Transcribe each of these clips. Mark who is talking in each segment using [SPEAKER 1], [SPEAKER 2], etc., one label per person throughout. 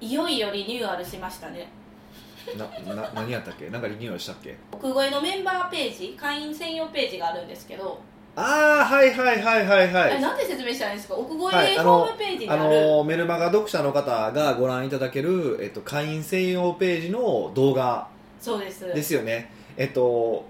[SPEAKER 1] いよいよリニューアルしましたね
[SPEAKER 2] なな何やったっけなんかリニューアルしたっけ
[SPEAKER 1] 奥越えのメンバーページ会員専用ページがあるんですけど、
[SPEAKER 2] ああはいはいはいはいは
[SPEAKER 1] あれ
[SPEAKER 2] い
[SPEAKER 1] なんて説明したらいいんですか奥越
[SPEAKER 2] は
[SPEAKER 1] え
[SPEAKER 2] いあの
[SPEAKER 1] ホームページにあ
[SPEAKER 2] あ
[SPEAKER 1] る、
[SPEAKER 2] のーメルマガ読者の方がご覧いただける、えっと、会員専用ページの動画
[SPEAKER 1] そうです
[SPEAKER 2] ですよねえっと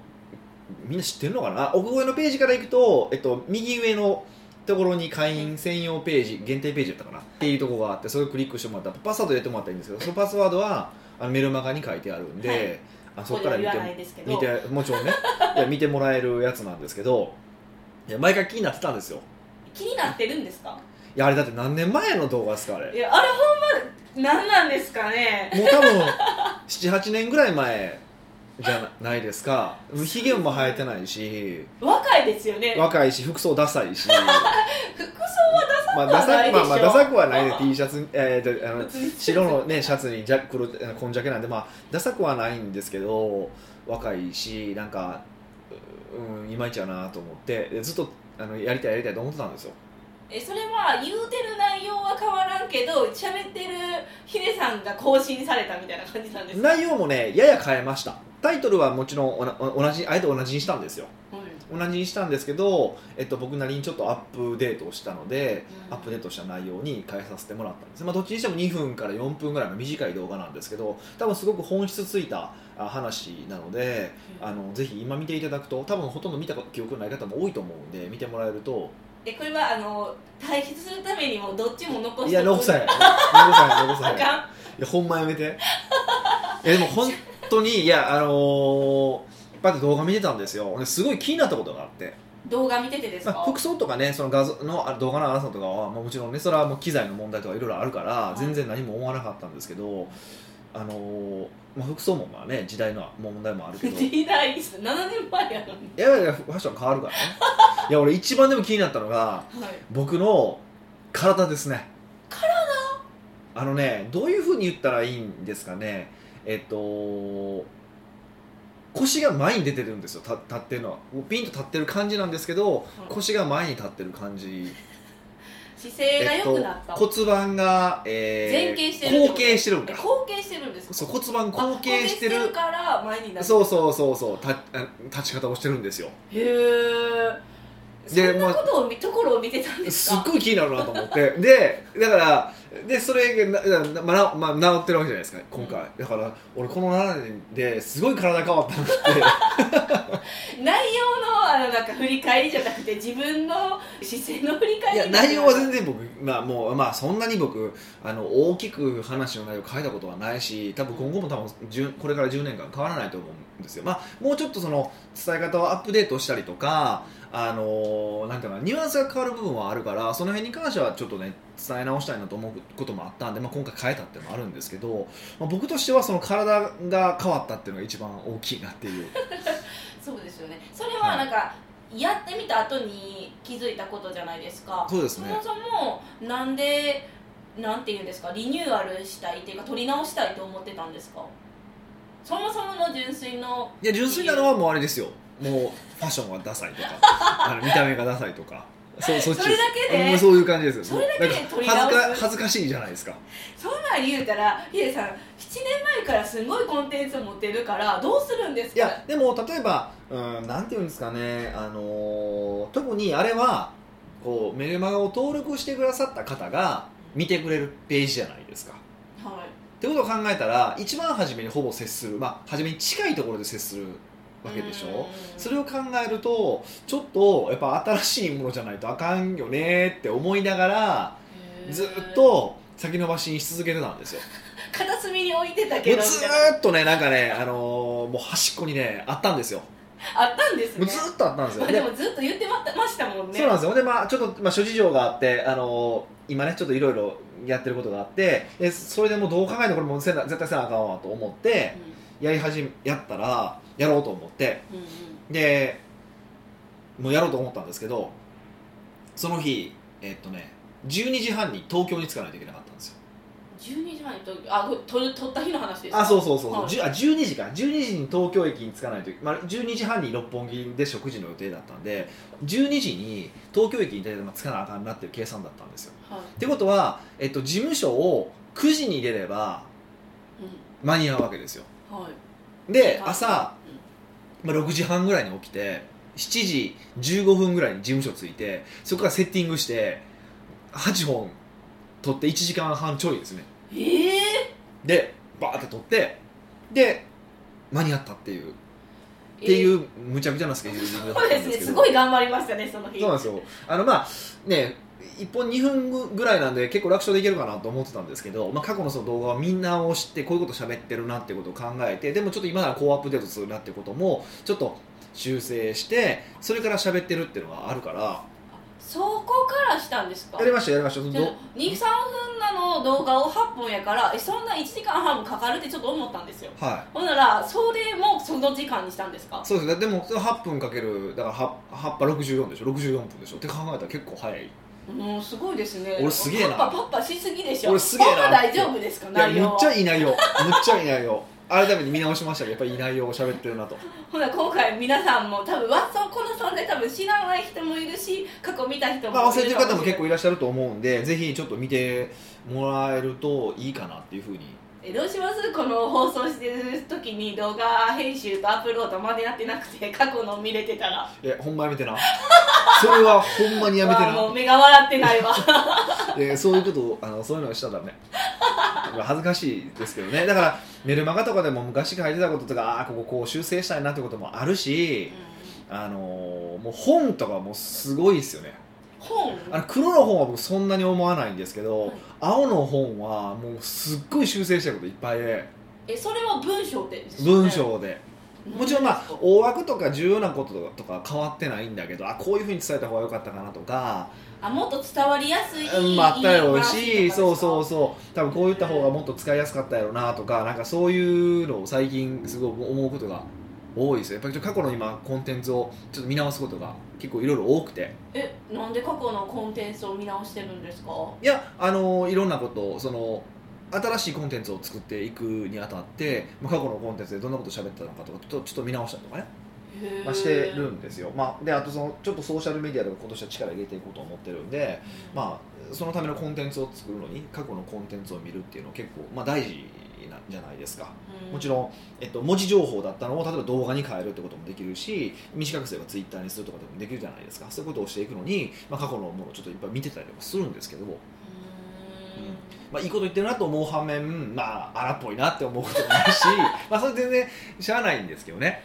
[SPEAKER 2] みんな知ってるのかなあ奥越えのページから行くと、えっと、右上のところに会員専用ページ限定ページだったかなっていうところがあってそれをクリックしてもらったらパスワード入れてもらったらいいんですけどそのパスワードはあのメルマガに書いてあるんで、
[SPEAKER 1] はい
[SPEAKER 2] あ
[SPEAKER 1] こ
[SPEAKER 2] そ
[SPEAKER 1] こ
[SPEAKER 2] こ
[SPEAKER 1] では
[SPEAKER 2] から
[SPEAKER 1] 言
[SPEAKER 2] 見
[SPEAKER 1] わ
[SPEAKER 2] ても
[SPEAKER 1] ないですけど
[SPEAKER 2] 見てもち ろんねいや見てもらえるやつなんですけどいや毎回気になってたんですよ
[SPEAKER 1] 気になってるんですか
[SPEAKER 2] いやあれだって何年前の動画ですかあれ
[SPEAKER 1] いやあれほんま何なんですかね
[SPEAKER 2] もう多分78年ぐらい前じゃなないですかひげも生えてないし
[SPEAKER 1] 若いですよね
[SPEAKER 2] 若いし服装ダサ いし
[SPEAKER 1] 服装は
[SPEAKER 2] まあ
[SPEAKER 1] ダ
[SPEAKER 2] ダ
[SPEAKER 1] サくはない
[SPEAKER 2] サく
[SPEAKER 1] でしょ
[SPEAKER 2] まあまあダサくはないで T シャツ、えーとあの
[SPEAKER 1] 普通に
[SPEAKER 2] 白の、ね、シャツにジャ黒あの紺ジャケなんで、まあ、ダサくはないんですけど若いしなんか、ううん、いまいちやなと思ってでずっとあのやりたいやりたいと思ってたんですよ
[SPEAKER 1] えそれは言うてる内容は変わらんけど喋ってるヒデさんが更新されたみたいな感じなんですか、
[SPEAKER 2] 内容もねやや変えましたタイトルはもちろんおなお同じあえて同じにしたんですよ
[SPEAKER 1] うん
[SPEAKER 2] 同じにしたんですけど、えっと、僕なりにちょっとアップデートをしたので、
[SPEAKER 1] うん
[SPEAKER 2] アップデートした内容に変えさせてもらったんです、まあ、どっちにしても2分から4分ぐらいの短い動画なんですけど多分すごく本質ついたあ話なのであのぜひ今見ていただくと多分ほとんど見た記憶ない方も多いと思うんで見てもらえると
[SPEAKER 1] えこれはあの対比するためにもどっちも残して
[SPEAKER 2] いや残さ
[SPEAKER 1] い
[SPEAKER 2] へん残さへん残さ
[SPEAKER 1] あ
[SPEAKER 2] へ
[SPEAKER 1] か
[SPEAKER 2] ん
[SPEAKER 1] ん
[SPEAKER 2] いやほんまやめて いやでも本当にいやあのー、パッて動画見てたんですよ俺すごい気になったことがあって、
[SPEAKER 1] 動画見ててですか、
[SPEAKER 2] まあ、服装とかねその画像のあ動画の荒さとかは、まあ、もちろんねそれはもう機材の問題とかいろいろあるから
[SPEAKER 1] い
[SPEAKER 2] 全然何も思わなかったんですけど、あのーまあ、服装もまあね時代の問題もあ るけど
[SPEAKER 1] 時代です7年前やのに、
[SPEAKER 2] いやいやファッション変わるからねいや俺一番でも気になったのが
[SPEAKER 1] はい、
[SPEAKER 2] 僕の体ですね体あのねどういうふうに言ったらいいんですかねえっと腰が前に出てるんですよた立ってるのはもうピンと立ってる感じなんですけど
[SPEAKER 1] うん
[SPEAKER 2] 腰が前に立ってる感じ、
[SPEAKER 1] 姿勢が
[SPEAKER 2] えっ
[SPEAKER 1] 良くなった、
[SPEAKER 2] と、骨盤が、え
[SPEAKER 1] 前
[SPEAKER 2] ー
[SPEAKER 1] 傾してるってこと
[SPEAKER 2] 後傾してるんだ
[SPEAKER 1] え後傾してるんですか
[SPEAKER 2] そう骨盤
[SPEAKER 1] あ
[SPEAKER 2] 後傾して
[SPEAKER 1] 後
[SPEAKER 2] る
[SPEAKER 1] から前になる
[SPEAKER 2] そうそうそうそうたあ立ち方をしてるんですよ
[SPEAKER 1] へえそ
[SPEAKER 2] で
[SPEAKER 1] んなことを見ところを見てたんです
[SPEAKER 2] すっ
[SPEAKER 1] か
[SPEAKER 2] ごい気になるなと思ってでだからでそれがななまあ、なまあ、治ってるわけじゃないですか今回、だから俺この7年ですごい体変わったなって
[SPEAKER 1] 内容のあのなんか振り返りじゃなくて自分の視線の振り返
[SPEAKER 2] い
[SPEAKER 1] り
[SPEAKER 2] や内容は全然僕、まあもうまあ、そんなに僕あの大きく話の内容を変えたことはないし多分今後も多分10これから10年間変わらないと思うんですよ、まあ、もうちょっとその伝え方をアップデートしたりとか、あのなんていうかなニュアンスが変わる部分はあるからその辺に関してはちょっとね伝え直したいなと思うこともあったんで、まあ、今回変えたっていうのもあるんですけど、まあ、僕としてはその体が変わったっていうのが一番大きいなっていう
[SPEAKER 1] そうですよねそれはなんか、やってみた後に気づいたことじゃないですか
[SPEAKER 2] そうですね
[SPEAKER 1] もそもなんでなんていうんですかリニューアルしたいっていうか取り直したいと思ってたんですかそもそもの純粋の
[SPEAKER 2] いや純粋なのはもうあれですよもうファッションがダサい とかあの見た目がダサいとかそうそっち
[SPEAKER 1] それだけで
[SPEAKER 2] もうそういう感じですよ
[SPEAKER 1] それだけで
[SPEAKER 2] なんか
[SPEAKER 1] 取り直す
[SPEAKER 2] 恥ずか恥ずかしいじゃないですか
[SPEAKER 1] そんなん言うたらヒデさん7年前からすごいコンテンツを持ってるからどうするんですか
[SPEAKER 2] いやでも例えばうんなんていうんですかね、あのー特にあれはこうメルマガを登録してくださった方が見てくれるページじゃないですか
[SPEAKER 1] は
[SPEAKER 2] ってことを考えたら一番初めにほぼ接するまあ初めに近いところで接する
[SPEAKER 1] い
[SPEAKER 2] わけでしょ
[SPEAKER 1] うん
[SPEAKER 2] それを考えるとちょっとやっぱ新しいものじゃないとあかんよねって思いながら
[SPEAKER 1] へー
[SPEAKER 2] ずっと先延ばしにし続けてた んですよ
[SPEAKER 1] 片隅に置いてた
[SPEAKER 2] も
[SPEAKER 1] け
[SPEAKER 2] う
[SPEAKER 1] どみ
[SPEAKER 2] ず
[SPEAKER 1] たいな
[SPEAKER 2] ーっとねなんかね、あのーもう端っこにねあったんですよ
[SPEAKER 1] あったんです
[SPEAKER 2] も
[SPEAKER 1] ね
[SPEAKER 2] うずーっとあったんですよ
[SPEAKER 1] まあでもずっと言ってまったましたもんね
[SPEAKER 2] そうなんですよでまあちょっと、まあ、諸事情があって、あのー今ねちょっといろいろやってることがあってでそれでもうどう考えてもこれもうせな絶対せなあかんわと思ってやり始めやったらやろうと思って
[SPEAKER 1] うんうん
[SPEAKER 2] でもうやろうと思ったんですけどその日えっとね12時半に東京に着かないといけなかったんですよ
[SPEAKER 1] 12時半にとあこれ撮る撮った日の話です
[SPEAKER 2] あそうそうそうそう、
[SPEAKER 1] はい
[SPEAKER 2] じゅあ12時か12時に東京駅に着かないと、まあ、12時半に六本木で食事の予定だったんで12時に東京駅に大体まあ着かなあかんなっていう計算だったんですよ
[SPEAKER 1] はい
[SPEAKER 2] ってことは、えっと、事務所を9時に出れば
[SPEAKER 1] う
[SPEAKER 2] 間に合うわけですよ
[SPEAKER 1] んはい
[SPEAKER 2] で朝、まあ、6時半ぐらいに起きて7時15分ぐらいに事務所着いてそこからセッティングして8本撮って1時間半ちょいですね
[SPEAKER 1] ええ
[SPEAKER 2] でバーって撮ってで間に合ったっていうってい
[SPEAKER 1] えー
[SPEAKER 2] うむちゃくちゃなスケジューリングだ
[SPEAKER 1] そ
[SPEAKER 2] っ
[SPEAKER 1] う
[SPEAKER 2] た
[SPEAKER 1] で
[SPEAKER 2] ん
[SPEAKER 1] す
[SPEAKER 2] で
[SPEAKER 1] ね
[SPEAKER 2] すけど
[SPEAKER 1] すごい頑張りましたねその日
[SPEAKER 2] そうなんですよあのまあね1本2分ぐらいなんで結構楽勝でいけるかなと思ってたんですけど、まあ、過去のその動画をみんなを知ってこういうこと喋ってるなってことを考えてでもちょっと今ならこうアップデートするなってこともちょっと修正してそれから喋ってるっていうのがあるから
[SPEAKER 1] そこからしたんですか
[SPEAKER 2] やりましたやりましたその
[SPEAKER 1] じゃあ
[SPEAKER 2] ど
[SPEAKER 1] 23分なの動画を8本やからえそんな1時間半もかかるってちょっと思ったんですよ
[SPEAKER 2] は
[SPEAKER 1] ほんならそれもその時間にしたんですか
[SPEAKER 2] いそうですねでも8分かけるだから 8, 8波64でしょ64分でしょって考えたら結構早い
[SPEAKER 1] もうすごいですね
[SPEAKER 2] 俺すげえな
[SPEAKER 1] パッパパッパしすぎでしょ
[SPEAKER 2] 俺すげえな
[SPEAKER 1] パパ大丈夫ですか
[SPEAKER 2] いや
[SPEAKER 1] 内
[SPEAKER 2] むっ
[SPEAKER 1] 容は
[SPEAKER 2] ちゃいい内容むっちゃいい内容改めて見直しましたけどやっぱりいい内容を喋ってるなと
[SPEAKER 1] ほな今回皆さんも多分わそうこの存在多分知らない人もいるし過去見た人もいる
[SPEAKER 2] まあ、忘れてる方も結
[SPEAKER 1] 構
[SPEAKER 2] 構いらっしゃると思うんでぜひちょっと見てもらえるといいかなっていうふうに
[SPEAKER 1] えどうしますこの放送してる時に動画編集とアップロードまでやってなくて過去の見れてたら
[SPEAKER 2] えほんまやめてな それはほんまにやめて
[SPEAKER 1] わあもう
[SPEAKER 2] な
[SPEAKER 1] 目が笑ってない わ
[SPEAKER 2] でそういうことをあのそういうのをしたらね恥ずかしいですけどねだからメルマガとかでも昔書いてたこととかああこここう修正したいなってこともあるし、あのーもう本とかもすごいですよね
[SPEAKER 1] 本
[SPEAKER 2] あの黒の本は僕そんなに思わないんですけど、
[SPEAKER 1] はい
[SPEAKER 2] 青の本はもうすっごい修正したこといっぱいで
[SPEAKER 1] えそれは文章って
[SPEAKER 2] 文章で。もちろんまあ
[SPEAKER 1] 何ですか
[SPEAKER 2] 大枠とか重要なこととか変わってないんだけどあこういうふうに伝えた方が良かったかなとか
[SPEAKER 1] あもっと伝わりやすい
[SPEAKER 2] うんまああったやろう
[SPEAKER 1] いい話とかです
[SPEAKER 2] し
[SPEAKER 1] か
[SPEAKER 2] そうそうそう多分こういった方がもっと使いやすかったやろうなとかなんかそういうのを最近すごい思うことが多いですよやっぱりちょっと過去の今コンテンツをちょっと見直すことが結構いろいろ多くて
[SPEAKER 1] えなんで過去のコンテンツを見直してるんですか
[SPEAKER 2] いやあのいろんなことをその新しいコンテンツを作っていくにあたって、まあ、過去のコンテンツでどんなこと喋ってたのかとかちょっとちょっと見直したりとかね
[SPEAKER 1] へー
[SPEAKER 2] まあ、してるんですよ、まあ、であとそのちょっとソーシャルメディアとか今年は力入れていこうと思ってるんで、まあ、そのためのコンテンツを作るのに過去のコンテンツを見るっていうのは結構、まあ、大事なんじゃないですか
[SPEAKER 1] うん
[SPEAKER 2] もちろん、えっと、文字情報だったのを例えば動画に変えるってこともできるし短くすればツイッターにするとかでもできるじゃないですかそういうことをしていくのに、まあ、過去のものをちょっといっぱい見てたりとかするんですけど、
[SPEAKER 1] う
[SPEAKER 2] まあ、いいこと言ってるなと思う反面、まあ、荒っぽいなって思うこともあるし まあそれ全然しゃあないんですけどね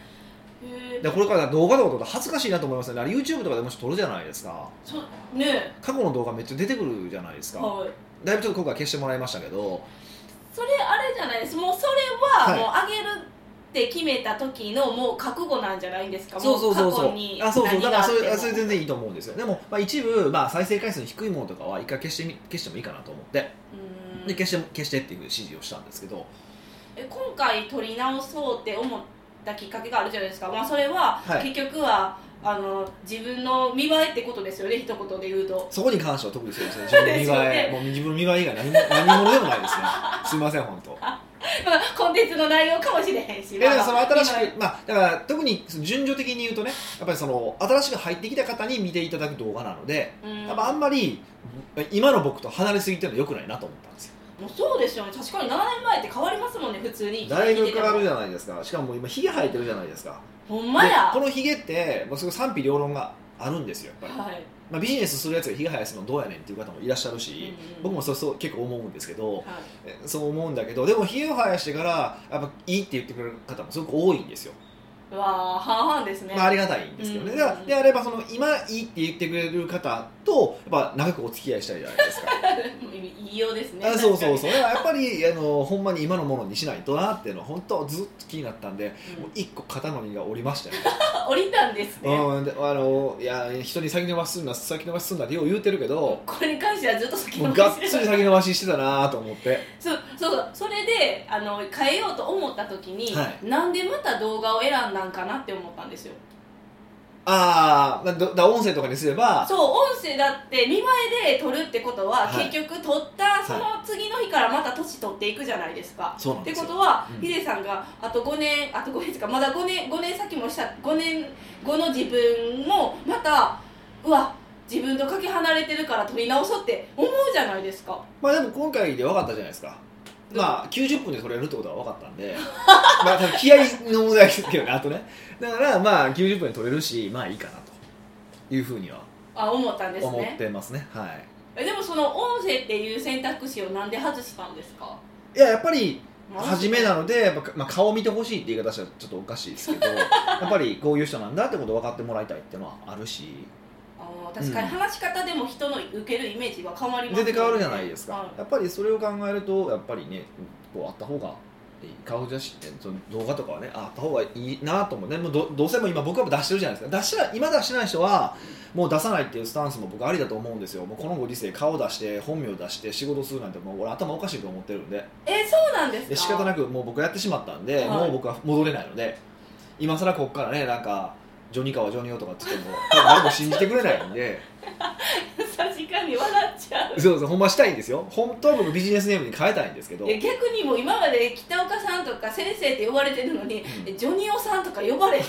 [SPEAKER 1] ーんへー
[SPEAKER 2] でこれから動画とか撮ると恥ずかしいなと思いますねあれ YouTube とかでもし撮るじゃないですか
[SPEAKER 1] そね
[SPEAKER 2] 過去の動画めっちゃ出てくるじゃないです
[SPEAKER 1] え
[SPEAKER 2] か、
[SPEAKER 1] はい
[SPEAKER 2] だいぶちょっと今回消してもらいましたけど
[SPEAKER 1] それあれじゃないですもうそれ
[SPEAKER 2] はい
[SPEAKER 1] はもう上げるって決めた時のもう覚悟なんじゃないんですか
[SPEAKER 2] そうそうそう
[SPEAKER 1] も
[SPEAKER 2] そ
[SPEAKER 1] 過
[SPEAKER 2] う
[SPEAKER 1] 去に
[SPEAKER 2] あそうそう
[SPEAKER 1] 何
[SPEAKER 2] だか
[SPEAKER 1] があ
[SPEAKER 2] ら
[SPEAKER 1] っ
[SPEAKER 2] そ
[SPEAKER 1] ても
[SPEAKER 2] れあそれ全然いいと思うんですよでも、まあ、一部、まあ、再生回数の低いものとかは一回消してみ消してもいいかなと思って
[SPEAKER 1] うーん
[SPEAKER 2] で消して消してっていう指示をしたんですけど
[SPEAKER 1] え今回撮り直そうって思ったきっかけがあるじゃないですか、まあ、それは
[SPEAKER 2] はい
[SPEAKER 1] 結局は、あの自分の見栄えってことですよね一言で言うと
[SPEAKER 2] そこに関しては特にそうですね自分の見栄
[SPEAKER 1] そうです
[SPEAKER 2] え
[SPEAKER 1] よね
[SPEAKER 2] もう自分の見栄え以外何も何者でもないですねすいません本当
[SPEAKER 1] まあコンテンツの内容かもしれへんし、
[SPEAKER 2] いやだからそ
[SPEAKER 1] ま
[SPEAKER 2] の
[SPEAKER 1] あ
[SPEAKER 2] 新し
[SPEAKER 1] 見栄
[SPEAKER 2] く、まあ、だから特にその順序的に言うとねやっぱりその新しく入ってきた方に見ていただく動画なので、
[SPEAKER 1] えうん
[SPEAKER 2] やっぱあんまり今の僕と離れすぎてるのはよくないなと思ったんですよ
[SPEAKER 1] もうそうですよね確かに7年前って変わりますもんね普通に
[SPEAKER 2] だいぶ変わるじ
[SPEAKER 1] ゃん
[SPEAKER 2] ゃないですかしかももう今ヒゲ生えてるじゃないですか
[SPEAKER 1] ほん
[SPEAKER 2] で
[SPEAKER 1] まや
[SPEAKER 2] このヒゲってもうすごい賛否両論があるんですよやっぱり、
[SPEAKER 1] はい、
[SPEAKER 2] まあ、ビジネスするやつがヒゲ生やすのどうやねんっていう方もいらっしゃるし、僕
[SPEAKER 1] も、
[SPEAKER 2] もそうそう結構思うんですけど、
[SPEAKER 1] はい
[SPEAKER 2] えそう思うんだけどでもヒゲを生やしてからやっぱいいって言ってくれる方もすごく多いんですよ
[SPEAKER 1] うわあ半々ですね、
[SPEAKER 2] まあ、ありがたいんですけどね、
[SPEAKER 1] うん
[SPEAKER 2] だからであればその今いいって言ってくれる方とやっぱ長くお付き合いしたいじゃないですか
[SPEAKER 1] いいようです ね
[SPEAKER 2] あそうそう
[SPEAKER 1] 確
[SPEAKER 2] そうだからやっぱりあのほんまに今のものにしないとなっていうのは本当ずっと気になったんで
[SPEAKER 1] かに
[SPEAKER 2] もう一個肩の荷が下りましたよね、
[SPEAKER 1] あ降りたんですね、
[SPEAKER 2] うん、であのいや人に先延ばしすんな先延ばしすんなってよう言うてるけど
[SPEAKER 1] これに関してはずっと先
[SPEAKER 2] も
[SPEAKER 1] 延
[SPEAKER 2] う
[SPEAKER 1] ばし
[SPEAKER 2] がっつり先延ばししてたなと思って
[SPEAKER 1] そうそうそうそれであの変えようと思った時に、
[SPEAKER 2] は
[SPEAKER 1] なんでまた動画を選んだんかなって思ったんですよ
[SPEAKER 2] ああだだから音声とかにすれば
[SPEAKER 1] そう音声だって見栄えで撮るってことは、
[SPEAKER 2] はい
[SPEAKER 1] 結局撮ったそ
[SPEAKER 2] は
[SPEAKER 1] の次の日からまた年取っていくじゃないですか、
[SPEAKER 2] そうな
[SPEAKER 1] っ
[SPEAKER 2] ん
[SPEAKER 1] て
[SPEAKER 2] です
[SPEAKER 1] こと
[SPEAKER 2] よ
[SPEAKER 1] は、
[SPEAKER 2] うん
[SPEAKER 1] ヒデさんがあと5年あと5年ですかまだ5年5年先もした5年後の自分もまたうわ自分とかけ離れてるから撮り直そうって思うじゃないですか
[SPEAKER 2] まあでも今回で分かったじゃないですかまあ90分で取れるってことは分かったんで まあ多分気合の問題ですけどねあとねだからまあ90分で取れるしまあいいかなというふうには
[SPEAKER 1] あ思ったんです
[SPEAKER 2] 思
[SPEAKER 1] ね
[SPEAKER 2] ってますねはい
[SPEAKER 1] えでもその音声っていう選択肢をなんで外したんですか
[SPEAKER 2] いややっぱり初めなのでやっぱ、まあ、顔見てほしいって言い方したらちょっとおかしいで すけどやっぱりこういう人なんだってことを分かってもらいたいっていうのはあるし
[SPEAKER 1] あー確かに
[SPEAKER 2] うん
[SPEAKER 1] 話し方でも人の受けるイメージは変わります
[SPEAKER 2] 全
[SPEAKER 1] よね
[SPEAKER 2] 然変わるじゃないですか、
[SPEAKER 1] は
[SPEAKER 2] やっぱりそれを考えるとやっぱりねこうあった方がいい顔写真その動画とかはねああった方がいいなと思うねもうどどうせもう今僕は出してるじゃないですか出した今出してない人はもう出さないっていうスタンスも僕ありだと思うんですよもうこのご時世顔出して本名出して仕事するなんてもう俺頭おかしいと思ってるんで
[SPEAKER 1] えそうなんです
[SPEAKER 2] で
[SPEAKER 1] か
[SPEAKER 2] 仕 方なくもう僕やってしまったんで、
[SPEAKER 1] はい
[SPEAKER 2] もう僕は戻れないので今更ここからねなんかジョニカはジョニオとかって言っても多分誰も信じてくれないんで
[SPEAKER 1] 確かに笑っちゃう
[SPEAKER 2] そうそうほんましたいんですよ本当は僕ビジネスネームに変えたいんですけど
[SPEAKER 1] いや逆にもう今まで北岡さんとか先生って呼ばれてるのに、
[SPEAKER 2] うん
[SPEAKER 1] えジョニオさんとか呼ばれへ ん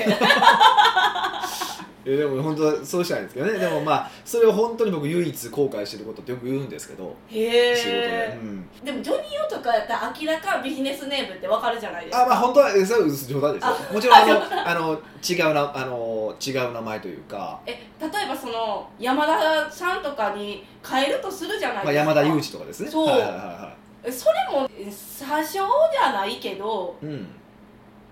[SPEAKER 2] いやでも本当はそうしたいんですけどねでもまあそれを本当に僕唯一後悔してることってよく言うんですけど、
[SPEAKER 1] へ
[SPEAKER 2] 仕事で、
[SPEAKER 1] え
[SPEAKER 2] うん、
[SPEAKER 1] でもジョニオとかやったら明らかビジネスネームってわかるじゃないですか
[SPEAKER 2] あまあ本当はえそれは冗談ですよもちろんあのあの違うなあの違う名前というか、
[SPEAKER 1] え例えばその山田さんとかに変えるとするじゃない
[SPEAKER 2] まあ、
[SPEAKER 1] ですか、
[SPEAKER 2] 山田裕二とかですね
[SPEAKER 1] そう
[SPEAKER 2] はいはいはいは
[SPEAKER 1] えそれもえ詐称じゃないけど
[SPEAKER 2] いうん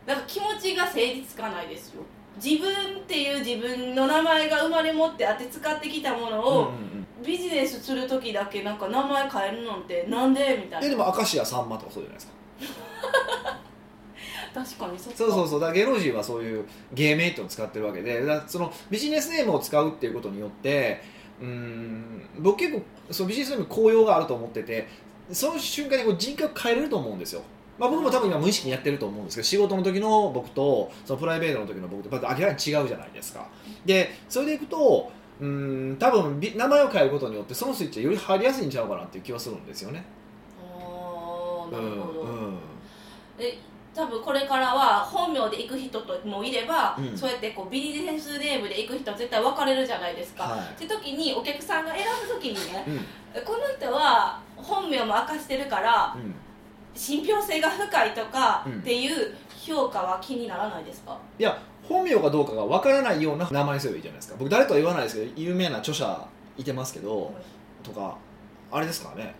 [SPEAKER 1] なんか気持ちが成立つかないですよ自分っていう自分の名前が生まれ持って当て使ってきたもの
[SPEAKER 2] うんう
[SPEAKER 1] を、
[SPEAKER 2] んうん
[SPEAKER 1] ビジネスする時だけなんか名前変えるなんてなんでみた
[SPEAKER 2] え
[SPEAKER 1] い
[SPEAKER 2] で
[SPEAKER 1] な
[SPEAKER 2] も明石家さんまとかそうじゃないですか
[SPEAKER 1] 確かにそっか
[SPEAKER 2] そうそうそうだから芸能人はそういう芸名っていうのを使ってるわけでだからそのビジネスネームを使うっていうことによってうーん僕結構そのビジネスネームに効用があると思っててその瞬間にこう人格変えれると思うんですよまあ、僕も多分今無意識にやってると思うんですけど仕事の時の僕とそのプライベートの時の僕とやっぱ明らかに違うじゃないですかでそれでいくとうーん多分び名前を変えることによってそのスイッチがより入りやすいんちゃうかなっていう気はするんですよね
[SPEAKER 1] あーなるほど、
[SPEAKER 2] うんうん
[SPEAKER 1] え多分これからは本名で行く人ともいれば、
[SPEAKER 2] うん
[SPEAKER 1] そうやってこうビジネスネームで行く人は絶対分かれるじゃないですか、
[SPEAKER 2] はい
[SPEAKER 1] って時にお客さんが選ぶ時にね
[SPEAKER 2] うん
[SPEAKER 1] この人は本名も明かしてるから
[SPEAKER 2] うん
[SPEAKER 1] 信憑性が深いとか
[SPEAKER 2] うん
[SPEAKER 1] っていう評価は気にならないですか、
[SPEAKER 2] いや本名かどうかがわからないような名前にすればいいじゃないですか僕誰とは言わないですけど有名な著者いてますけど、とかあれですからね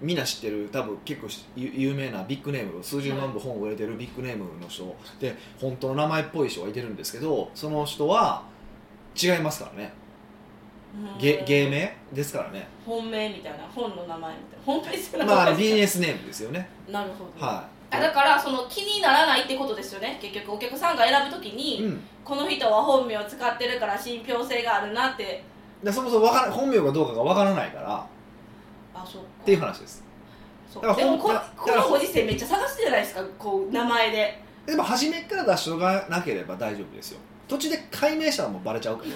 [SPEAKER 2] みんな知ってる多分結構し有有名なビッグネーム数十万部本を売れてるビッグネームの人で本当の名前っぽい人がいてるんですけどその人は違いますからね
[SPEAKER 1] うん
[SPEAKER 2] げ芸名ですからね
[SPEAKER 1] 本名みたいな本の名前みたいな本名じゃない
[SPEAKER 2] まああのビジネスネームですよね
[SPEAKER 1] なるほど、
[SPEAKER 2] はい
[SPEAKER 1] あだからその気にならないってことですよね結局お客さんが選ぶ時に、
[SPEAKER 2] うん
[SPEAKER 1] この人は本名を使ってるから信憑性があるなって
[SPEAKER 2] でそもそもわから本名かどうかがわからないから
[SPEAKER 1] あそうか
[SPEAKER 2] っていう話です
[SPEAKER 1] そう
[SPEAKER 2] だか
[SPEAKER 1] で
[SPEAKER 2] らほん
[SPEAKER 1] もこ
[SPEAKER 2] だだ
[SPEAKER 1] こ
[SPEAKER 2] から
[SPEAKER 1] のご時世めっちゃ探してじゃないですかこう名前で
[SPEAKER 2] でも初めから出しとかなければ大丈夫ですよ途中で解明したらもうバレちゃうけ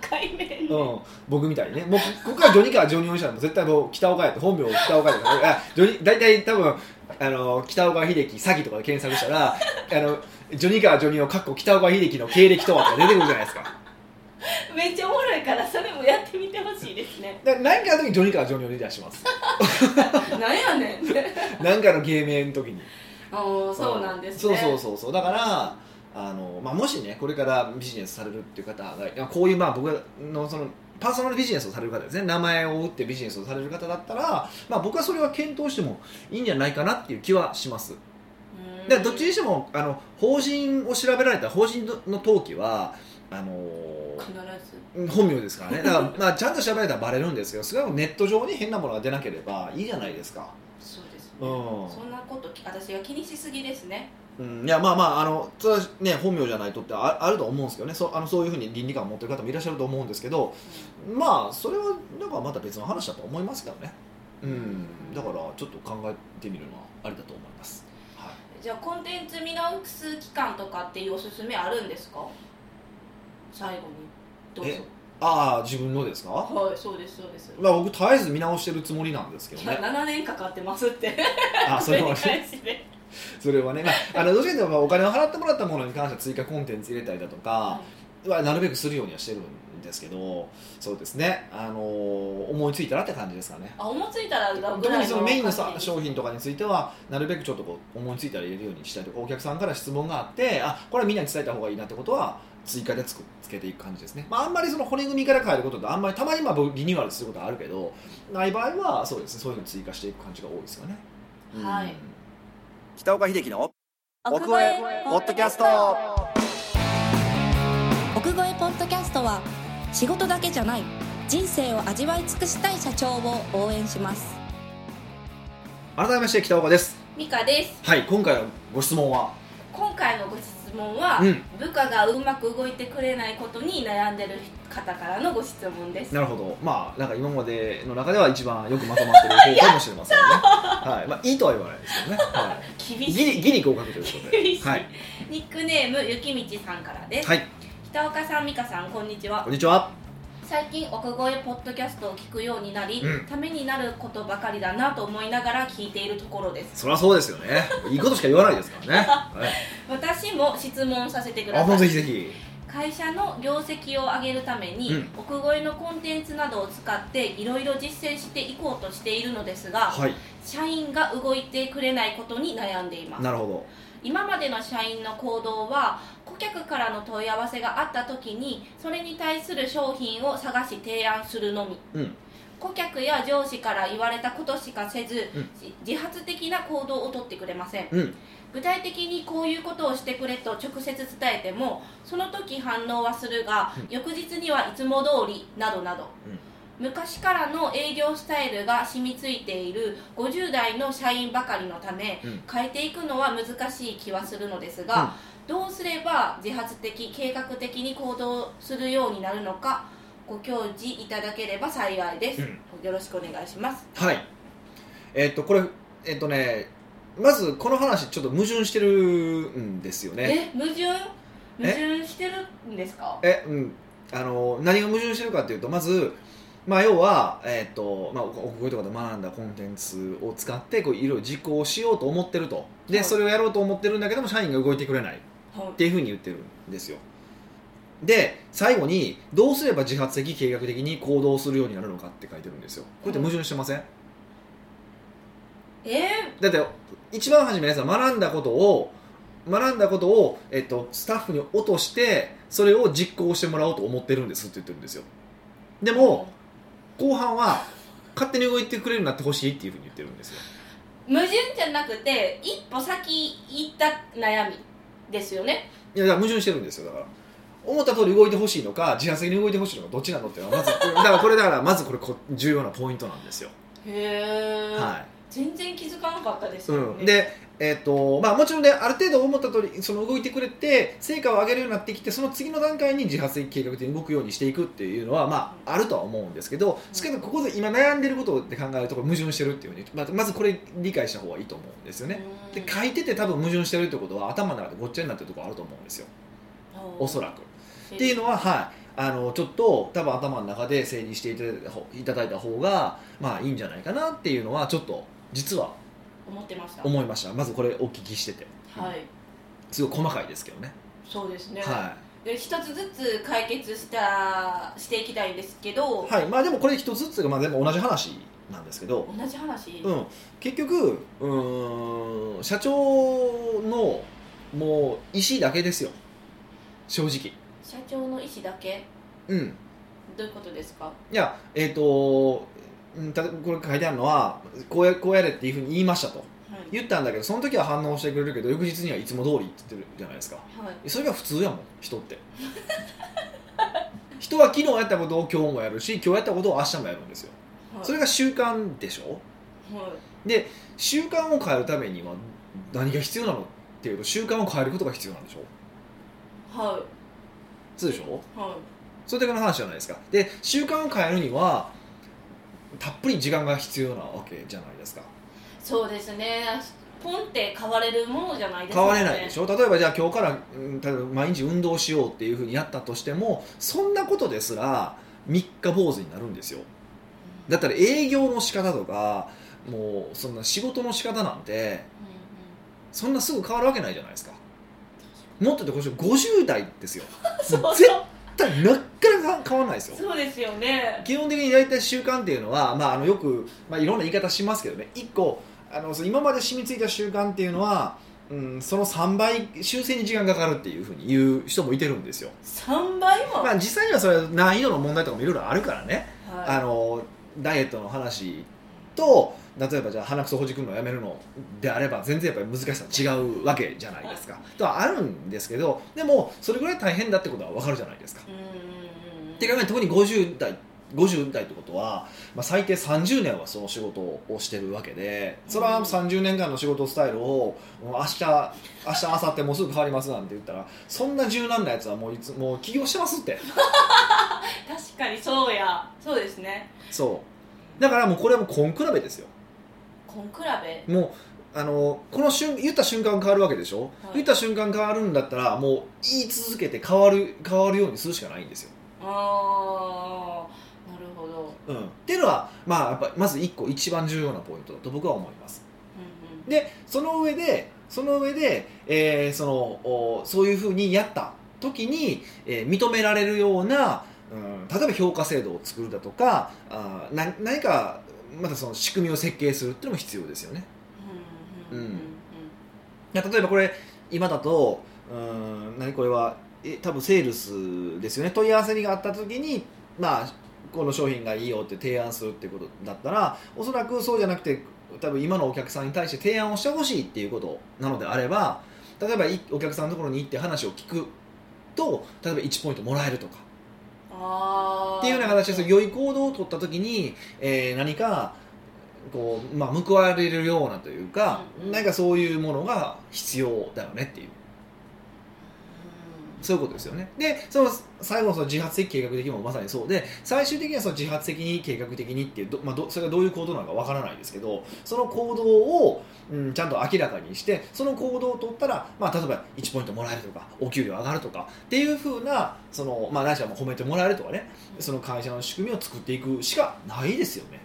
[SPEAKER 1] 解明
[SPEAKER 2] ど、うん、僕みたいにねもうここからジョニーかジョニオにしたらもう絶対もう北岡やって本名を北岡やって あジョニ大体多分あの北岡秀樹詐欺とかで検索したらあのジョニーかジョニオかっこ北岡秀樹の経歴とはとか出てくるじゃないです か
[SPEAKER 1] めっちゃおもろいからそれもやってみてほしいですね
[SPEAKER 2] で何かの時にジョニーかジョニオで出します
[SPEAKER 1] なんやねん
[SPEAKER 2] 何かの芸名の時に
[SPEAKER 1] あーそうなんですね
[SPEAKER 2] そうそうそうそうだからあの、まあ、もしねこれからビジネスされるっていう方がいやこういうまあ僕のそのパーソナルビジネスをされる方ですね名前を打ってビジネスをされる方だったら、まあ、僕はそれは検討してもいいんじゃないかなっていう気はします
[SPEAKER 1] うーん
[SPEAKER 2] でどっちにしてもあの法人を調べられた法人の登記はあの
[SPEAKER 1] 必ず
[SPEAKER 2] 本名ですからねだから、まあ、ちゃんと調べられたらバレるんですけどそれはネット上に変なものが出なければいいじゃないですか
[SPEAKER 1] そうですね
[SPEAKER 2] うん
[SPEAKER 1] そんなことき私が気にしすぎですね
[SPEAKER 2] うん、いやまあまああのそれはね本名じゃないとってああると思うんですけどねそあのそういうふうに倫理観を持ってる方もいらっしゃると思うんですけどまあそれはなんかまた別の話だと思いますけどねうんだからちょっと考えてみるのはありだと思います、はい、
[SPEAKER 1] じゃあコンテンツ見直す期間とかっていうおすすめあるんですか最後にどうぞ
[SPEAKER 2] えああ自分のですか、
[SPEAKER 1] はいそうですそうです、
[SPEAKER 2] まあ、僕絶えず見直してるつもりなんですけど
[SPEAKER 1] いや
[SPEAKER 2] ね
[SPEAKER 1] 7年かかってますって
[SPEAKER 2] あそれは
[SPEAKER 1] 繰り
[SPEAKER 2] ね
[SPEAKER 1] 返しで
[SPEAKER 2] それはね、まあ、あのどっちかというとまあお金を払ってもらったものに関しては追加コンテンツ入れたりだとかはなるべくするようにはしてるんですけどそうですね、あの思いついたらって感じですかね
[SPEAKER 1] あ思いついたらぐらいの
[SPEAKER 2] 特にそのメインのさ
[SPEAKER 1] 感じ
[SPEAKER 2] 商品とかについてはなるべくちょっとこう思いついたら入れるようにしたりとかお客さんから質問があってあこれはみんなに伝えた方がいいなってことは追加でつくつけていく感じですね、まあ、あんまりその骨組みから変えることってあんまりたまにまあ僕リニューアルすることはあるけどない場合はそうですねそういうふうに追加していく感じが多いですよね、
[SPEAKER 1] はい
[SPEAKER 2] うん北岡秀樹の
[SPEAKER 3] 奥越えポッドキャスト奥越えポッドキャストは仕事だけじゃない人生を味わい尽くしたい社長を応援します
[SPEAKER 2] 改めまして北岡です
[SPEAKER 1] ミカです
[SPEAKER 2] はい今回のご質問は
[SPEAKER 1] 今回のご質問は、
[SPEAKER 2] うん
[SPEAKER 1] 部下がうまく動いてくれないことに悩んでる方からのご質問です
[SPEAKER 2] なるほどまあなんか今までの中では一番よくまとまってる方かもしれませんねはいまあいいとは言わないですけどね、は
[SPEAKER 1] 厳
[SPEAKER 2] い、ギ
[SPEAKER 1] し
[SPEAKER 2] リ
[SPEAKER 1] い
[SPEAKER 2] ギリ合格ということ
[SPEAKER 1] 厳
[SPEAKER 2] で
[SPEAKER 1] しい
[SPEAKER 2] はい、
[SPEAKER 1] ニックネームゆきみちさんからです、
[SPEAKER 2] はい、
[SPEAKER 1] 北岡さん美香さんこんにちは
[SPEAKER 2] こんにちは
[SPEAKER 1] 最近奥越えポッドキャストを聞くようになり、
[SPEAKER 2] うん
[SPEAKER 1] ためになることばかりだなと思いながら聞いているところです
[SPEAKER 2] そりゃそうですよねいいことしか言わないですか らね、はい、
[SPEAKER 1] 私も質問させてく
[SPEAKER 2] あ
[SPEAKER 1] だ
[SPEAKER 2] もう
[SPEAKER 1] さ
[SPEAKER 2] ぜ
[SPEAKER 1] い
[SPEAKER 2] ひぜひ
[SPEAKER 1] 会社の業績を上げるために、
[SPEAKER 2] うん
[SPEAKER 1] 奥越えのコンテンツなどを使っていろいろ実践していこうとしているのですが、
[SPEAKER 2] はい
[SPEAKER 1] 社員が動いてくれないことに悩んでいます
[SPEAKER 2] なるほ
[SPEAKER 1] 今までの社員の行動は顧客からの問い合わせがあった時にそれに対する商品を探し提案するのみ、
[SPEAKER 2] うん
[SPEAKER 1] 顧客や上司から言われたことしかせず、
[SPEAKER 2] うん
[SPEAKER 1] じ自発的な行動をとってくれません、
[SPEAKER 2] うん
[SPEAKER 1] 具体的にこういうことをしてくれと直接伝えてもその時反応はするが、
[SPEAKER 2] うん
[SPEAKER 1] 翌日にはいつも通りなどなど、
[SPEAKER 2] うん
[SPEAKER 1] 昔からの営業スタイルが染みついている50代の社員ばかりのため、
[SPEAKER 2] うん
[SPEAKER 1] 変えていくのは難しい気はするのですが、どうすれば自発的計画的に行動するようになるのかご教示いただければ幸いです、
[SPEAKER 2] うん
[SPEAKER 1] よろしくお願いします
[SPEAKER 2] どはいえっとこれえっとねまずこの話ちょっと矛盾してるんですよね
[SPEAKER 1] え矛盾矛盾してるんですか
[SPEAKER 2] えうんあの何が矛盾してるかっていうとまずまあ要は、えーとまあ、おこういうとこで学んだコンテンツを使ってこういろいろ実行しようと思ってるとで、
[SPEAKER 1] はい
[SPEAKER 2] それをやろうと思ってるんだけども社員が動いてくれないっ
[SPEAKER 1] はい
[SPEAKER 2] ていうふうに言ってるんですよで最後にどうすれば自発的計画的に行動するようになるのかって書いてるんですよこれって矛盾してません
[SPEAKER 1] え
[SPEAKER 2] だって一番初めのやつは学んだことを学んだことを、えっと、スタッフに落としてそれを実行してもらおうと思ってるんですって言ってるんですよで
[SPEAKER 1] ー
[SPEAKER 2] も後半は勝手に動いてくれるようになってほしいっていうふうに言ってるんですよ
[SPEAKER 1] 矛盾じゃなくて一歩先行った悩みですよね
[SPEAKER 2] いやだから矛盾してるんですよだから思った通り動いてほしいのか自発的に動いてほしいのかどっちなのっていうのはまずだからこれだからまずこれこ重要なポイントなんですよ、
[SPEAKER 1] へえ、
[SPEAKER 2] はい
[SPEAKER 1] 全然気づかなかったですよね、
[SPEAKER 2] うん、で、えーとまあ、もちろんねある程度思った通りその動いてくれて成果を上げるようになってきてその次の段階に自発的計画的に動くようにしていくっていうのは、まあ、あるとは思うんですけどしかもここで今悩んでることって考えるとこれ矛盾してるっていうふうにまあまずこれ理解した方がいいと思うんですよね。
[SPEAKER 1] うん
[SPEAKER 2] で書いてて多分矛盾してるってことは頭の中でごっちゃになってるところあると思うんですよおそらく。っていうのは、はい、あのちょっと多分頭の中で整理していただいた方いただいた方が、まあ、いいんじゃないかなっていうのはちょっと実は
[SPEAKER 1] 思ってました
[SPEAKER 2] 思いましたまずこれお聞きしてて
[SPEAKER 1] はい
[SPEAKER 2] すごい細かいですけどね
[SPEAKER 1] そうですね、
[SPEAKER 2] は
[SPEAKER 1] で一つずつ解決したしていきたいんですけど、
[SPEAKER 2] い、はい、まあでもこれ一つずつが、まあ、全部同じ話なんですけど、
[SPEAKER 1] 同じ話、
[SPEAKER 2] うん、結局うーん社長のもう意思だけですよ正直
[SPEAKER 1] 社長の意思だけ
[SPEAKER 2] うん
[SPEAKER 1] どういうことですか
[SPEAKER 2] いやえっ、とうんたこれ書いてあるのはこうやこうやれっていうふうに言いましたと
[SPEAKER 1] はい、
[SPEAKER 2] 言ったんだけどその時は反応してくれるけど翌日にはいつも通りって言ってるじゃないですか
[SPEAKER 1] はい、
[SPEAKER 2] それが普通やもん人って 人は昨日やったことを今日もやるし今日やったことを明日もやるんですよ
[SPEAKER 1] はい、
[SPEAKER 2] それが習慣でしょ
[SPEAKER 1] はい
[SPEAKER 2] 習慣を変えるためには何が必要なのっていうと習慣を変えることが必要なんでしょ
[SPEAKER 1] は
[SPEAKER 2] そうでしょ
[SPEAKER 1] いは
[SPEAKER 2] それだけの話じゃないですかで習慣を変えるにはたっぷり時間が必要なわけじゃないですか
[SPEAKER 1] いそうですねポンって買われるものじゃないです
[SPEAKER 2] 変われないでし
[SPEAKER 1] ょ
[SPEAKER 2] ょ例えばじゃあ今日からうん例えば毎日運動しようっていうふうにやったとしてもそんなことですら三日坊主になるんですよだったら営業の仕方とかもうそんな仕事の仕方なんて
[SPEAKER 1] うんうん
[SPEAKER 2] そんなすぐ変わるわけないじゃないですかもっと言うとこれ50代ですよ
[SPEAKER 1] そう
[SPEAKER 2] 絶対なっから変わらないですよ
[SPEAKER 1] そうですよね
[SPEAKER 2] 基本的に大体習慣っていうのは、まあ、あのよく、まあ、いろんな言い方しますけどね一個あのその今まで染みついた習慣っていうのは、うん、その3倍修正に時間がかかるっていうふうに言う人もいてるんですよ、
[SPEAKER 1] 3倍も、
[SPEAKER 2] まあ、実際にはそれは難易度の問題とかもいろいろあるからね、
[SPEAKER 1] は
[SPEAKER 2] あのダイエットの話と例えばじゃあ鼻くそほじくるのをやめるのであれば全然やっぱり難しさは違うわけじゃないですか、とはあるんですけどでもそれぐらい大変だってことは分かるじゃないですか
[SPEAKER 1] い、うんうんうん
[SPEAKER 2] って考えて特に50代50代ってことは、まあ、最低30年はその仕事をしてるわけでそれは30年間の仕事スタイルをもう明日明日明後日もうすぐ変わりますなんて言ったらそんな柔軟なやつはもういつもう起業してますって
[SPEAKER 1] 確かにそうやそうですね
[SPEAKER 2] そうだからもうこれはもう根比べですよ
[SPEAKER 1] 根比べ
[SPEAKER 2] もうあのこの瞬言った瞬間変わるわけでしょ、
[SPEAKER 1] はい
[SPEAKER 2] 言った瞬間変わるんだったらもう言い続けて変わる変わるようにするしかないんですよ
[SPEAKER 1] ああなるほど、うんうん
[SPEAKER 2] うん、っていうのは、まあ、やっぱまず1個一番重要なポイントだと僕は思いますでその上でその上で、えーそのおそういうふうにやった時に、えー認められるような、うん、例えば評価制度を作るだとかあーな何かまたその仕組みを設計するっていうのも必要ですよね
[SPEAKER 1] うんうんうんうん
[SPEAKER 2] いや例えばこれ今だとうん何これはえ多分セールスですよね問い合わせがあった時にまあこの商品がいいよって提案するってことだったらおそらくそうじゃなくて多分今のお客さんに対して提案をしてほしいっていうことなのであれば例えばいお客さんのところに行って話を聞くと例えば1ポイントもらえるとか
[SPEAKER 1] ああ
[SPEAKER 2] っていうような形でそういう良い行動を取った時に、えー何かこう、まあ、報われるようなというか
[SPEAKER 1] うん
[SPEAKER 2] 何かそういうものが必要だよねっていうそういうことですよね。で、その最後のその自発的計画的もまさにそうで、最終的にはその自発的に計画的にっていうど、まあ、どそれがどういう行動なのかわからないですけど、その行動を、うん、ちゃんと明らかにして、その行動を取ったら、まあ、例えば1ポイントもらえるとか、お給料上がるとかっていうふうな、そのまあ、ないしはもう褒めてもらえるとかね、その会社の仕組みを作っていくしかないですよね。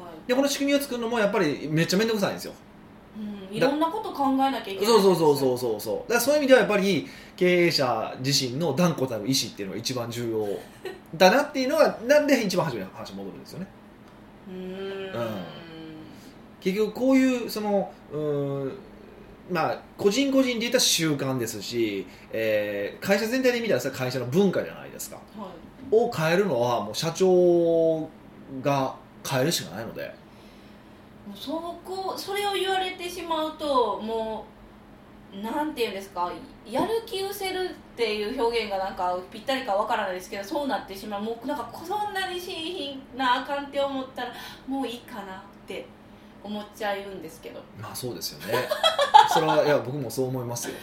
[SPEAKER 1] は
[SPEAKER 2] で、この仕組みを作るのもやっぱりめっちゃ面倒くさいんですよ。
[SPEAKER 1] いうん、いろんなこと考えなきゃいけない
[SPEAKER 2] そうそうそう
[SPEAKER 1] う
[SPEAKER 2] そうそうそうだからそういう意味ではやっぱり経営者自身の断固たる意思っていうのが一番重要だなっていうのがなんで一番初めの話に戻るんですよね
[SPEAKER 1] うーん
[SPEAKER 2] うん結局こういうそのうーんまあ個人個人で言ったら習慣ですし、えー会社全体で見たらさ会社の文化じゃないですか
[SPEAKER 1] はい
[SPEAKER 2] を変えるのはもう社長が変えるしかないので
[SPEAKER 1] もうそこそれを言われてしまうともうなんていうんですかやる気失せるっていう表現がなんかぴったりかわからないですけどそうなってしまうもうなんかそんなに新品なあかんって思ったらもういいかなって思っちゃうんですけど、
[SPEAKER 2] まあそうですよね それはいや僕もそう思いますよ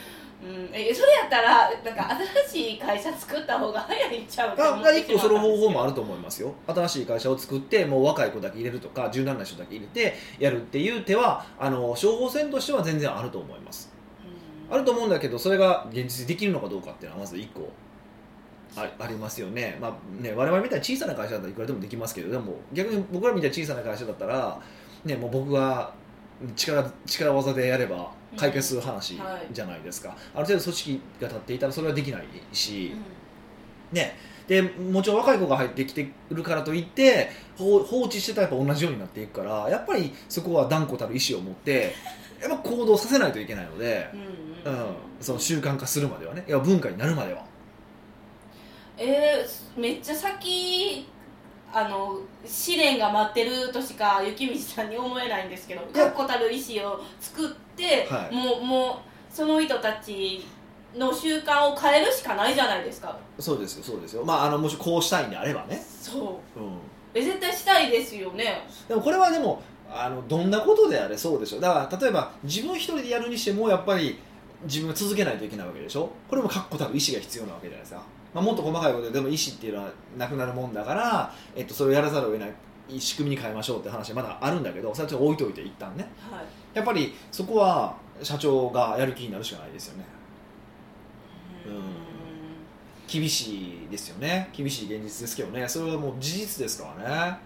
[SPEAKER 1] うん、えそれやったらなんか新しい会社作った方が早いんちゃうか
[SPEAKER 2] あ
[SPEAKER 1] 思っ
[SPEAKER 2] が
[SPEAKER 1] て
[SPEAKER 2] 一
[SPEAKER 1] し
[SPEAKER 2] 個
[SPEAKER 1] ま
[SPEAKER 2] その方法もあ
[SPEAKER 1] る
[SPEAKER 2] ると思いますよ新しい会社を作ってもう若い子だけ入れるとか柔軟な人だけ入れてやるっていう手はあの処方箋としては全然あると思いますあ
[SPEAKER 1] ある
[SPEAKER 2] ると思うんだけどそれが現実できるのかどうかっていうのはまず一個あありますよね,、まあ、ね我々みたいな小さな会社だったらいくらでもできますけどでも逆に僕らみたいな小さな会社だったら、ね、もう僕が力力技でやれば解決する話じゃないですか、ある程度組織が立っていたらそれはできないし、ね、でもちろん若い子が入ってきてるからといって放放置してたらやっぱ同じようになっていくからやっぱりそこは断固たる意思を持って やっぱ行動させないといけないので、
[SPEAKER 1] うん
[SPEAKER 2] う
[SPEAKER 1] うん
[SPEAKER 2] ん、その習慣化するまではねいや文化になるまでは
[SPEAKER 1] えー、めっちゃ先あの試練が待ってるとしか雪道さんに思えないんですけど
[SPEAKER 2] や
[SPEAKER 1] 確固たる意思を作って、
[SPEAKER 2] はい
[SPEAKER 1] もうもうその人たちの習慣を変えるしかないじゃないですか
[SPEAKER 2] そうですよそうですよまああのもしこうしたいんであればね、
[SPEAKER 1] そう
[SPEAKER 2] うん、
[SPEAKER 1] え絶対したいですよね
[SPEAKER 2] でもこれはでもあのどんなことであれそうでしょだから例えば自分一人でやるにしてもやっぱり自分が続けないといけないわけでしょこれも確固たる意思が必要なわけじゃないですか、まあ、もっと細かいことででも意思っていうのはなくなるもんだから、えっと、それをやらざるを得ない仕組みに変えましょうって話はまだあるんだけどそれはちょっと置いといて一旦ね
[SPEAKER 1] はい
[SPEAKER 2] やっぱりそこは社長がやる気になるしかないですよね
[SPEAKER 1] う
[SPEAKER 2] うん厳しいですよね厳しい現実ですけどねそれはもう事実ですからね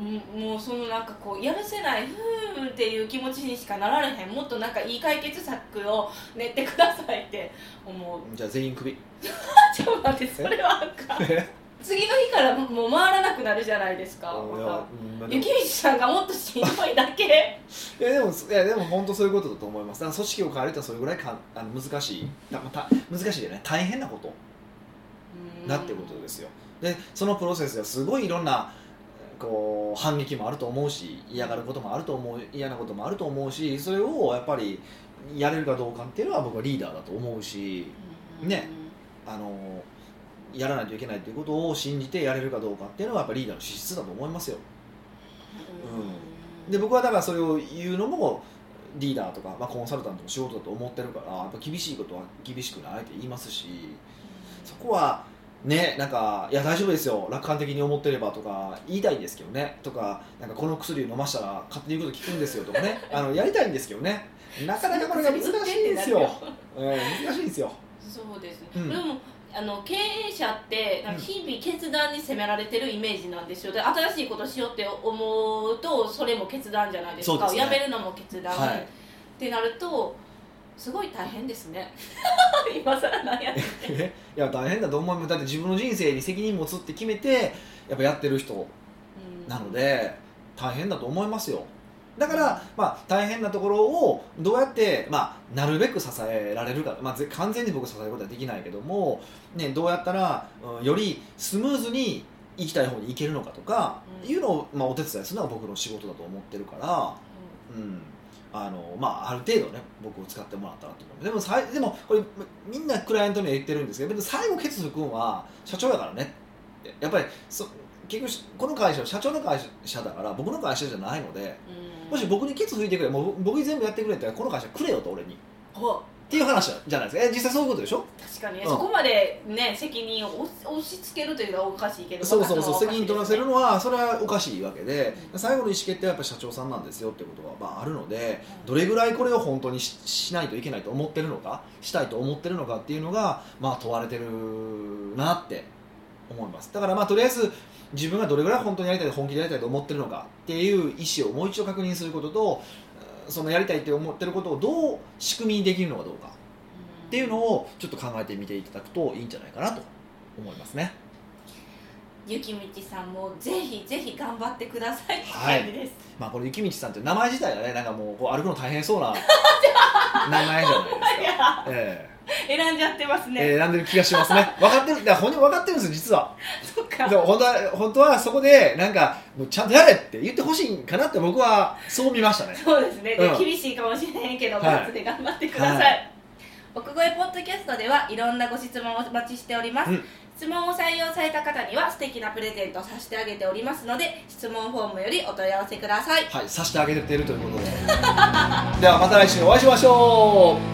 [SPEAKER 1] ーうんもうそのなんかこうやるせないふーんっていう気持ちにしかなられへんもっとなんかいい解決策を練ってくださいって思う
[SPEAKER 2] じゃあ全員首
[SPEAKER 1] ちょっと待ってそれはあかん 次の日からもう回らなくなるじゃないですか
[SPEAKER 2] い
[SPEAKER 1] ま
[SPEAKER 2] や
[SPEAKER 1] た
[SPEAKER 2] うんまあでも
[SPEAKER 1] 雪道さんがもっとしんどいだ け
[SPEAKER 2] いやでもいやでも本当そういうことだと思いますだから組織を変えるってそれぐらいかあの難しいだた難しいじゃない大変なことだってことですよでそのプロセスがすごいいろんなこう反撃もあると思うし嫌がることもあると思う嫌なこともあると思うしそれをやっぱりやれるかどうかっていうのは僕はリーダーだと思うし
[SPEAKER 1] うん
[SPEAKER 2] ねあのやらないといけないということを信じてやれるかどうかっていうのはやっぱりリーダーの資質だと思いますよ
[SPEAKER 1] うん
[SPEAKER 2] で僕はだからそれを言うのもリーダーとか、まあ、コンサルタントの仕事だと思ってるからやっぱ厳しいことは厳しくないって言いますしそこはねなんかいや大丈夫ですよ楽観的に思ってればとか言いたいんですけどねとかなんかこの薬を飲ましたら勝手に言うこと聞くんですよとか ねあのやりたいんですけどねなかなかこれが難しいんですよ、えー難しいんですよ
[SPEAKER 1] そうですね、
[SPEAKER 2] うん
[SPEAKER 1] でもあの経営者ってなんか日々決断に責められてるイメージなんですよで新しいことしようって思うとそれも決断じゃないです
[SPEAKER 2] そうで
[SPEAKER 1] か
[SPEAKER 2] すね
[SPEAKER 1] やめるのも決断、
[SPEAKER 2] は
[SPEAKER 1] っ
[SPEAKER 2] い
[SPEAKER 1] てなるとすごい大変ですね 今更なんやねん
[SPEAKER 2] えいや大変だと思いますだって自分の人生に責任持つって決めてやっぱやってる人
[SPEAKER 1] うん
[SPEAKER 2] なので大変だと思いますよだから、まあ、大変なところをどうやって、まあ、なるべく支えられるか、まあ、ぜ完全に僕支えることはできないけども、ね、どうやったら、うんよりスムーズに行きたい方に行けるのかとか、
[SPEAKER 1] うん
[SPEAKER 2] いうのを、まあ、お手伝いするのが僕の仕事だと思ってるから、うんあのまあ、ある程度ね僕を使ってもらったらと思うでもさいでもこれみんなクライアントには言ってるんですけどでも最後ケツフ君は社長だからねってやっぱりそ結局しこの会社は社長の会社だから僕の会社じゃないので
[SPEAKER 1] うん
[SPEAKER 2] もし僕にケツ吹いてくれもう僕に全部やってくれって言ったらこの会社くれよと俺にっ
[SPEAKER 1] ほ
[SPEAKER 2] ていう話じゃないですかえ実際そういうことでしょ
[SPEAKER 1] 確かに、ね
[SPEAKER 2] うん
[SPEAKER 1] そこまでね責任を押し押し付けるというのはおかしいけど
[SPEAKER 2] そうそうそう
[SPEAKER 1] まあ
[SPEAKER 2] 責任取らせるのはそれはおかしいわけで
[SPEAKER 1] うん
[SPEAKER 2] 最後の意思決定はやっぱり社長さんなんですよってことがまああるのでどれぐらいこれを本当にししないといけないと思ってるのかしたいと思ってるのかっていうのが、まあ、問われてるなって思いますだからまあとりあえず自分がどれぐらい本当にやりたい本気でやりたいと思ってるのかっていう意思をもう一度確認することとうんそのやりたいって思ってることをどう仕組みにできるのかどうか
[SPEAKER 1] っ
[SPEAKER 2] っていうのをちょっと考えてみていただくといいんじゃないかなと思いますね
[SPEAKER 1] ゆきみちさんもぜひぜひ頑張ってくださいって
[SPEAKER 2] はい
[SPEAKER 1] 感じです、
[SPEAKER 2] まあこれ雪道さんって名前自体がねなんかもうこう歩くの大変そうな名前じゃないですか
[SPEAKER 1] い、や
[SPEAKER 2] ええ
[SPEAKER 1] 選んじゃってますね、
[SPEAKER 2] えー選んでる気がしますね分かってるだから本人分かってるんですよ実は
[SPEAKER 1] そっか
[SPEAKER 2] でも本当は本当はそこでなんかもうちゃんとやれって言ってほしいんかなって僕はそう見ましたね
[SPEAKER 1] そうですね、で
[SPEAKER 2] うん
[SPEAKER 1] 厳しいかもしれへんけど、
[SPEAKER 2] はい
[SPEAKER 1] パンツで頑張ってください、
[SPEAKER 2] は
[SPEAKER 1] 奥越ポッドキャストではいろんなご質問をお待ちしております、
[SPEAKER 2] うん
[SPEAKER 1] 質問を採用された方には素敵なプレゼントを差してあげておりますので質問フォームよりお問い合わせください
[SPEAKER 2] はいさしてあげてるということでではまた来週お会いしましょう